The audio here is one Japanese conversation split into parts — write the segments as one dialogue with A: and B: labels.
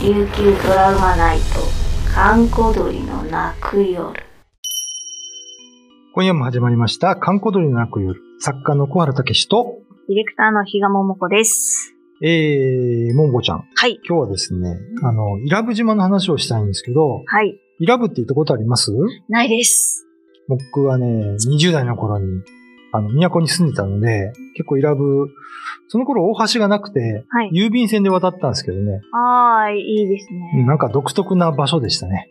A: 琉球ドラマナイト観光鳥の泣く夜
B: 今夜も始まりました、観光鳥の泣く夜、作家の小原武史と、
A: ディレクターの比嘉桃子です
B: えー、もんごちゃん。
A: はい
B: 今日はですね、あの、伊良部島の話をしたいんですけど、
A: はい
B: 伊良部って行ったことあります
A: ないです
B: 僕はね、20代の頃に、あの、都に住んでたので、結構伊良部、その頃大橋がなくて、
A: はい
B: 郵便船で渡ったんですけどね、
A: ああいいですね、
B: なんか独特な場所でしたね。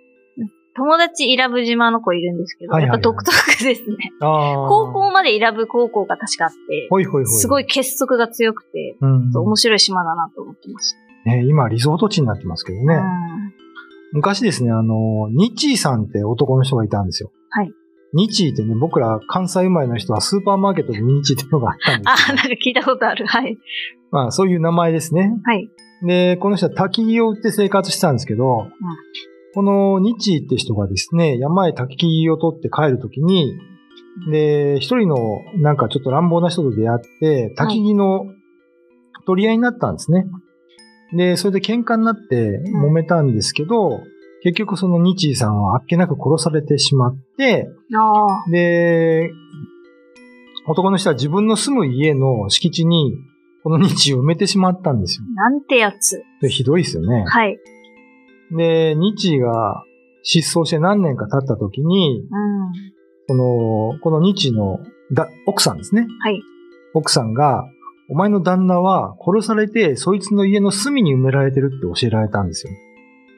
A: 友達伊良部島の子いるんですけど、
B: はいはいは
A: やっ
B: い
A: ぱ独特ですね
B: あー
A: 高校まで伊良部高校が確かあって
B: ほいほいほい。
A: すごい、結束が強くて
B: うん。
A: 面白い島だなと思ってました
B: ね、今、リゾート地になってますけどね。
A: うん
B: 昔ですね、あの、ニッチーさんって男の人がいたんですよ。
A: はい。
B: ニッチーってね、僕ら関西生まれの人はスーパーマーケットでニッチーってのがあったんで
A: あ
B: す
A: ーな
B: け
A: ん
B: ど、
A: か聞いたことあるはい
B: まあそういう名前ですね。
A: はい
B: で、この人は焚き木を売って生活してたんですけど、このニッチーって人がですね、山へ焚き木を取って帰るときに、で、一人のなんかちょっと乱暴な人と出会って、焚き木の取り合いになったんですね。で、それで喧嘩になって揉めたんですけど、結局そのニッチーさんはあっけなく殺されてしまって、
A: ああ
B: で、男の人は自分の住む家の敷地に、このニッチーを埋めてしまったんですよ。
A: なんてやつ
B: でひどいですよね。
A: はい
B: で、日が失踪して何年か経った時に、
A: うん
B: その、この日のだ奥さんですね。
A: はい
B: 奥さんが、お前の旦那は殺されて、そいつの家の隅に埋められてるって教えられたんですよ。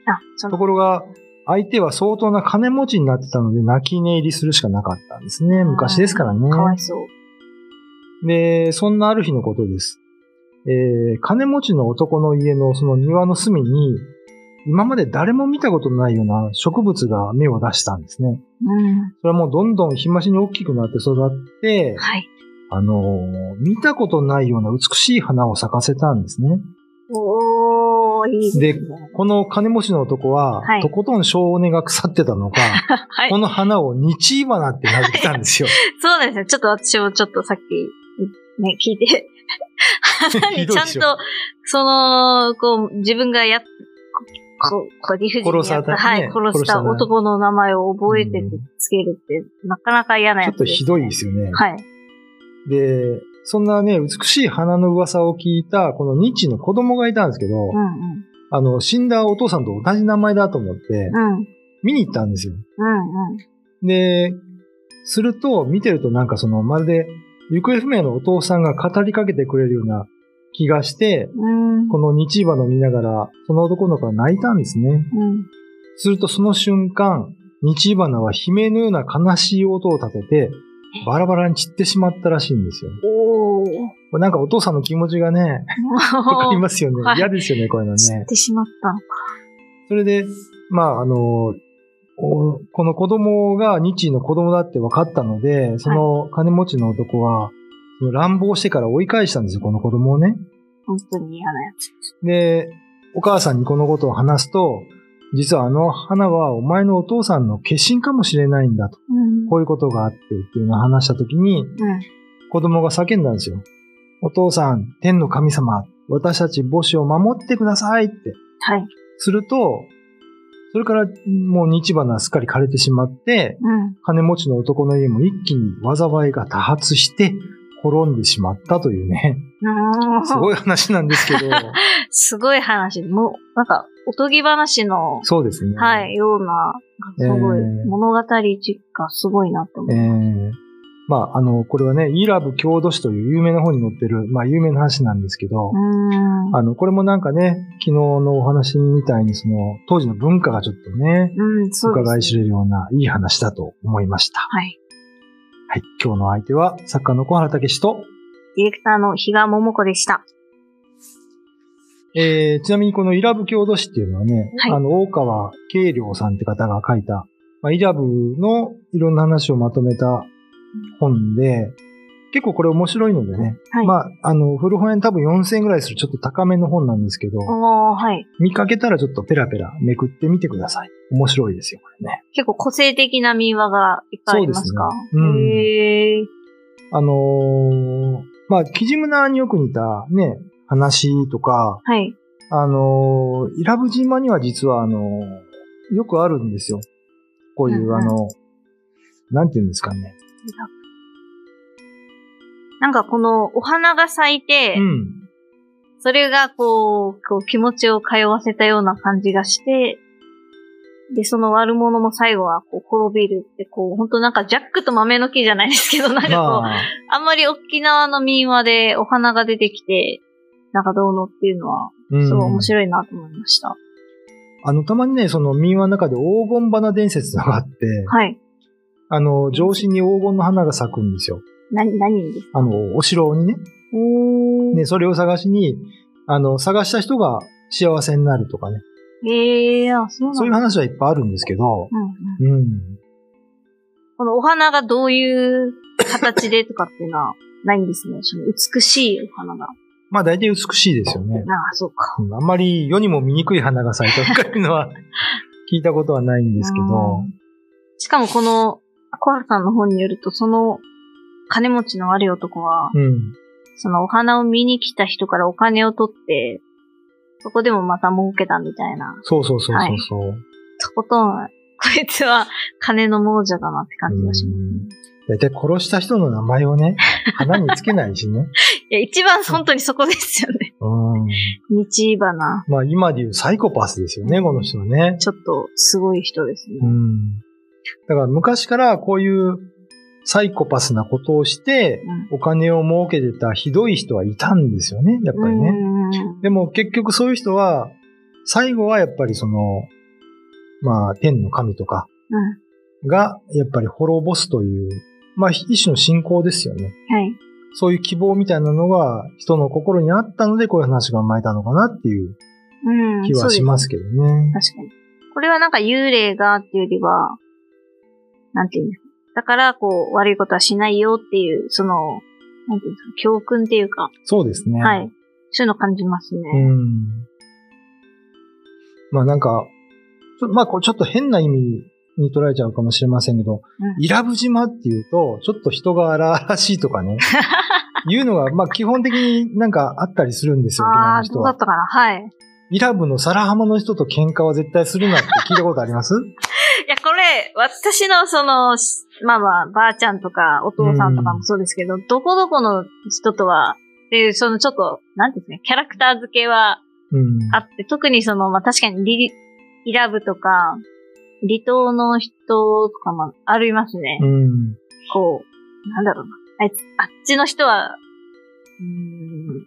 A: あそ
B: と
A: の
B: ころが、相手は相当な金持ちになってたので、泣き寝入りするしかなかったんですね。昔ですからね。
A: かわいそう
B: で、そんなある日のことです。えー金持ちの男の家のその庭の隅に、今まで誰も見たことのないような植物が芽を出したんですね。
A: うん
B: それはもうどんどん日増しに大きくなって育って、
A: はい
B: あのー見たことないような美しい花を咲かせたんですね。
A: おー、いいですね。
B: この金持ちの男は、
A: はい
B: とことん性根が腐ってたの か、
A: はい
B: こ。の花を日花って名付けた んですよ。
A: そうですね。ちょっと私もちょっとさっき、ね、聞いて、花に
B: ひどい
A: ちゃ
B: で
A: ん
B: しょ
A: と、その、こう、自分がやっ、こ、こ理不尽にやった、
B: 殺
A: は
B: された
A: い、
B: ね
A: 殺し
B: 殺した
A: た
B: ね
A: 男の名前を覚えて
B: うん
A: つけるって、なかなか嫌な
B: ちょ
A: や
B: っ
A: つ
B: と
A: です、
B: ひどいですよね。
A: はい。
B: で、そんなね、美しい花の噂を聞いた、このニッチの子供がいたんですけど、
A: うん
B: あの、死んだお父さんと同じ名前だと思って、
A: うん。うん。
B: 見に行ったんですよ。
A: うんうん。
B: で、すると、見てるとなんかその、まるで、行方不明のお父さんが語りかけてくれるような気がして、
A: うん。
B: この日花を見ながら、その男の子は泣いたんですね。
A: うん。
B: するとその瞬間、日花は悲鳴のような悲しい音を立てて、バラバラに散ってしまったらしいんですよ。
A: おー。
B: これなんかお父さんの気持ち がね、わかりますよね
A: は。い
B: 嫌ですよね、こういうの
A: 知っ
B: ね。
A: てしまったのか。
B: それで、まあ、あの、おこの子供が日医の子供だって分かったので、その金持ちの男は、その乱暴してから追い返したんですよ、この子供をね。
A: 本当に嫌なやつ。
B: で、お母さんにこのことを話すと、実はあの花はお前のお父さんの化身かもしれないんだと。
A: うん。
B: こういうことがあってっていうのを話したときに、
A: うん。
B: 子供が叫んだんですよ。お父さん、天の神様、私たち母子を守ってくださいって。
A: はい。
B: すると、それからもう日花はすっかり枯れてしまって、
A: うん。
B: 金持ちの男の家も一気に災いが多発して、滅んでしまったという ね、
A: うーん
B: すごい話なんです けど、
A: すごい話。もう、なんか、おとぎ話の、
B: そうですね。
A: はい、ような、すごい、
B: えー
A: 物語実家、すごいなって思
B: え
A: う。
B: ーまあ、あの、これはね、イラブ郷土史という有名な本に載ってる、まあ、有名な話なんですけど、
A: うーん。
B: あの、これもなんかね、昨日のお話みたいに、その、当時の文化がちょっとね、
A: うん、そうです。
B: 伺い知れるようないい話だと思いました。
A: はい。
B: はい、今日の相手は、作家の小原武史と、
A: ディレクターの比嘉桃子でした。
B: えーちなみにこのイラブ郷土史っていうのはね、
A: はい
B: あの、大川慶良さんって方が書いた、まあ、イラブのいろんな話をまとめた本で、結構これ面白いのでね、
A: はい。
B: まあ、あの、古本屋に多分4000円ぐらいするちょっと高めの本なんですけど、
A: おーはい。
B: 見かけたらちょっとペラペラめくってみてください。面白いですよ、これね。
A: 結構個性的な民話がいっぱいありますか
B: そうですねうん
A: へー。
B: あのーまあ、キジムナーによく似たね、話とか、
A: はい。
B: あの、伊良部島には実は、あの、よくあるんですよ。こうい
A: う
B: う、
A: んうん
B: あの、なんていうんですかね。
A: なんかこのお花が咲いて、
B: うん。
A: それがこう、こう気持ちを通わせたような感じがして、で、その悪者も最後はこう滅びるって、こう、本当なんかジャックと豆の木じゃないですけど、なんかこう、
B: まあ、
A: あんまり沖縄の民話でお花が出てきて、なんかどうのっていうのは、
B: う
A: す
B: ん
A: ごい面白いなと思いました。
B: あの、たまにね、その民話の中で黄金花伝説があって、
A: はい。
B: あの、上司に黄金の花が咲くんですよ。
A: な、何にですか
B: あの、お城にね。
A: おー。
B: で、それを探しに、あの、探した人が幸せになるとかね。
A: えー、あ、そうなんだ。
B: そういう話はいっぱいあるんですけど、
A: うんうん
B: うん。
A: このお花がどういう形でとかっていうのはないんですね。その美しいお花が。
B: まあ大体美しいですよ
A: あ
B: ね。
A: あ、そうか。
B: うんあんまり世にも醜い花が咲いたとかいうのは聞いたことはないんですけど
A: う、ん。しかもこの、小原さんの本によると、その金持ちの悪い男は、
B: うん。
A: そのお花を見に来た人からお金を取って、そこでもまた儲けたみたいな。
B: そうそうそうそうそう。
A: とことん、こいつは金の亡者だなって感じがします。
B: うん大体殺した人の名前をね、花につけないしね。
A: いや、一番本当にそこですよね。
B: うん。
A: 道花。
B: まあ今でいうサイコパスですよね、この人はね。
A: ちょっとすごい人ですね。
B: うん。だから昔からこういうサイコパスなことをして、お金を儲けてたひどい人はいたんですよね、やっぱりね。
A: うん
B: でも結局そういう人は、最後はやっぱりその、まあ天の神とか
A: うん。
B: がやっぱり滅ぼすという、まあ一種の信仰ですよね。
A: はい。
B: そういう希望みたいなのが人の心にあったのでこういう話が生まれたのかなっていう
A: うん。
B: 気はします
A: け
B: けどね。
A: ど。確かに。これはなんか幽霊がっていうよりは、なんていうんですか。だから、こう、悪いことはしないよっていう、その、なんていうんですか、教訓っていうか、
B: そうですね。
A: はい。そういうの感じますね。
B: うん。まあなんか、ちょまあこうちょっと変な意味に捉えちゃうかもしれませんけど、
A: うん
B: 伊良部島っていうと、ちょっと人が荒々しいとか ね、いうのが、まあ基本的になんかあったりするんですよ、沖縄
A: ああ
B: の
A: ー、
B: 人
A: どうだっ
B: は。
A: たかなはい。
B: 伊良部の皿浜の人と喧嘩は絶対するなって聞いたことあ ります
A: いや、これ、私のその、しまあまあ、ばあちゃんとか、お父さんとかもそうですけど、どこどこの人とは、で、そのちょっと、なんていうんですかね、キャラクター付けは
B: うん。
A: あって、特にその、まあ確かにリ、イラブとか、離島の人とかもありますね。
B: うん。
A: こう、なんだろうな。あいつあっちの人は、うーん、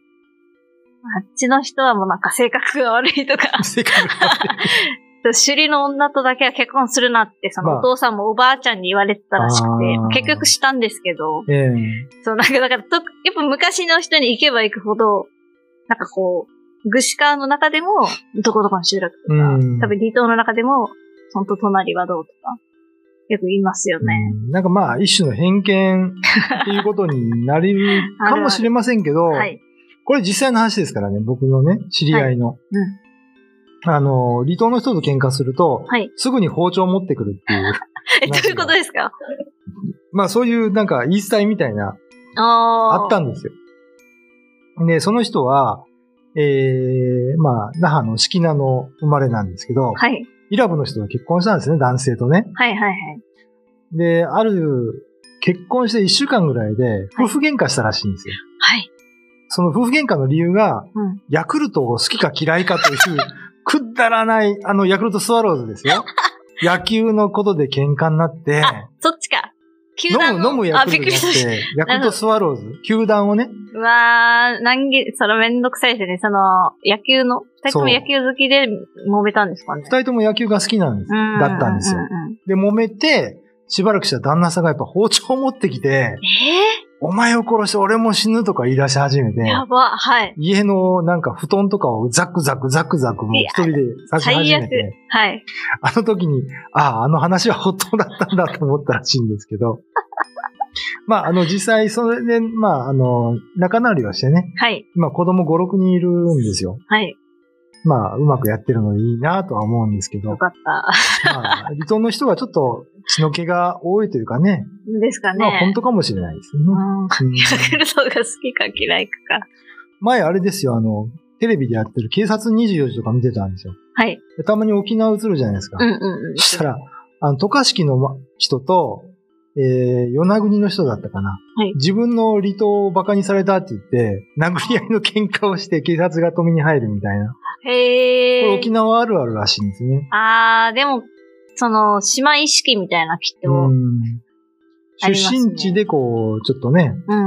A: あっちの人はもうなんか性格が悪いとか、
B: 性格が悪い
A: 首里の女とだけは結婚するなって、そ
B: まあ
A: のお父さんもおばあちゃんに言われてたらしくて、
B: あー
A: 結局したんですけど、
B: ええ
A: そう、なんか、だから、とやっぱ昔の人に行けば行くほど、なんかこう、具志川の中でも、どこどこの集落とか、
B: うん
A: 多分離島の中でも、そんと隣はどうとか、よく言いますよね。
B: うんなんかまあ一種の偏見っていうことになりるかもしれませんけど、
A: はい。
B: これ実際の話ですからね、僕のね、知り合いの。
A: うん。
B: あの、離島の人と喧嘩すると、
A: はい。
B: すぐに包丁を持ってくるっていう、
A: え、どういうことですか
B: まあそういうなんか言い伝えみたいな、
A: ああ。
B: あった
A: ん
B: んですよ。で、その人は、ええまあ、那覇の敷名の生まれなんですけど、
A: はい。
B: イラブの人と結婚したんですね、男性とね。
A: はいはいはい。
B: で、ある、結婚して1週間ぐらいで、夫婦喧嘩したらしいんですよ。
A: はい。
B: その夫婦喧嘩の理由が、
A: うん。
B: ヤクルトを好きか嫌いかという、 くだらない、あの、ヤクルトスワローズですよ。野球のことで喧嘩になって、
A: そっちか。球
B: 飲
A: 団
B: む、
A: の
B: 飲むヤ
A: あ、
B: ク
A: びっ
B: ル
A: く
B: ト
A: り
B: じ
A: し
B: ゃな
A: ま
B: く
A: した。
B: て、ヤクルトスワローズ、球団をね、
A: うわー、難儀、それめんどくさいですよね。その、野球の、二人とも野球好きで揉めたんですかね
B: 二。人とも野球が好きなんです。
A: うん
B: だったんですよ
A: うう
B: で、揉めて、しばらくしたら旦那さんがやっぱ包丁を持ってきて、
A: え
B: お前を殺して俺も死ぬとか言い出し始めて
A: ー、、やば、はい。
B: 家のなんか布団とかをザクザクザクザクもう一人で刺し始めて、
A: はい。
B: あの時に、ああ、あの話は本当だったんだと思ったらしいんですけど。 まあ、あの、実際、それで、まあ、あの、仲直りはしてね、
A: はい。
B: 今子供5、6人いるんですよ。
A: はい。
B: まあ、うまくやってるのでいいなとは思うんですけど、
A: よ
B: ま
A: かった。
B: あ、離島の人はちょっと血の気が多いというかね、
A: ですかね。
B: まあ、本当かもし れないですね。
A: うん
B: うん
A: ヤクルトが好きか嫌いかか。
B: 前、あれですよ、あの、テレビでやってる警察24時とか見てたんですよ。
A: はい。
B: でたまに沖縄映るじゃないですか。
A: うんうんうん。
B: そしたら、あの、渡嘉敷のま人と、えー、与那国の人だったかな。
A: はい
B: 自分の離島を馬鹿にされたって言って、殴り合いの喧嘩をして警察が止めに入るみたいな。これ
A: へえ。
B: 沖縄あるあるらしいんですね。
A: あー、でも、その、島意識みたいなきっと。うんうん
B: うん
A: あ
B: 出
A: りますね
B: 身地でこう、ちょっとね、
A: うんうん。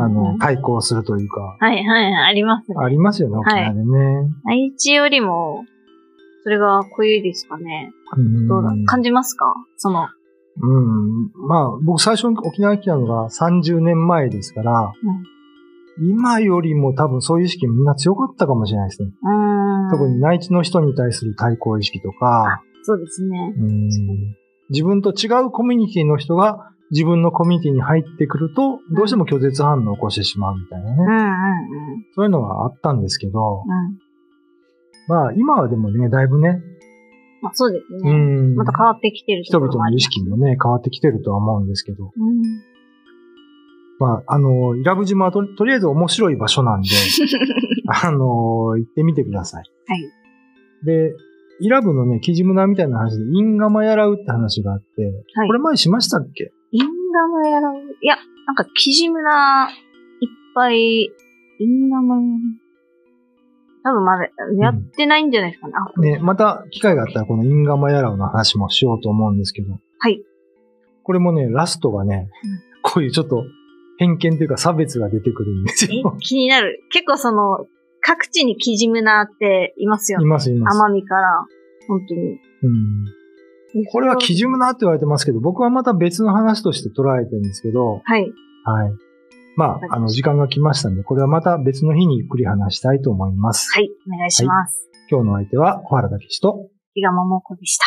B: あの、対抗するというか、
A: はいはい、ありますね。
B: ありますよね、沖縄でね。
A: 愛知よりも、それが濃いですかね。
B: ん
A: どうだ、感じますかその、
B: うん。まあ、僕最初に沖縄に来たのが30年前ですから、今よりも多分そういう意識みんな強かったかもしれないですね。
A: うーん。
B: 特に。内地の人に対する対抗意識とか、
A: そうですね。
B: う
A: 確
B: ん
A: かに
B: 自分と違うコミュニティの人が自分のコミュニティに入ってくると、どうしても拒絶反応を起こしてしまうみたいなね。
A: うんうんうん。
B: そういうのがあったんですけど、
A: うん。
B: まあ今はでもね、だいぶね、
A: まあそうです
B: う
A: ね。
B: ん、
A: また変わってきてると
B: 人
A: こ
B: 々
A: ろもあ
B: の
A: り
B: 意
A: ます。
B: 識もね、変わってきてるとは思うんですけど、
A: うん。
B: まあ、あの、伊良部島はととりあえず面白い場所なんで、 あの、行ってみてください。
A: はい。
B: で、伊良部のね、キジムナみたいな話で、インガマやらうって話があって、
A: はい
B: これ前しましたっけ
A: インガムやらう。いや、なんか、キジムナ、いっぱい、インガムやらう多分まだ、やってないんじゃないですかね。あ、
B: ね、また機会があったらこのインガマやらうの話もしようと思うんですけど。
A: はい。
B: これもね、ラストがね、こういうちょっと偏見というか差別が出てくるんですよ
A: え。気になる。結構その、各地にキジムナっていますよ
B: い
A: ね。
B: ますいます。
A: 奄美から、本当に。
B: うん。これは基準なって言われてますけど、僕はまた別の話として捉えてるんですけど、
A: はい。
B: はい。ま
A: わかりまし
B: あ、
A: た
B: あの、時間が来ましたんで、これはまた別の日にゆっくり話したいと思います。
A: はい。お願いします。
B: 今日のお相手は、小原武史と、
A: 比嘉桃子でした。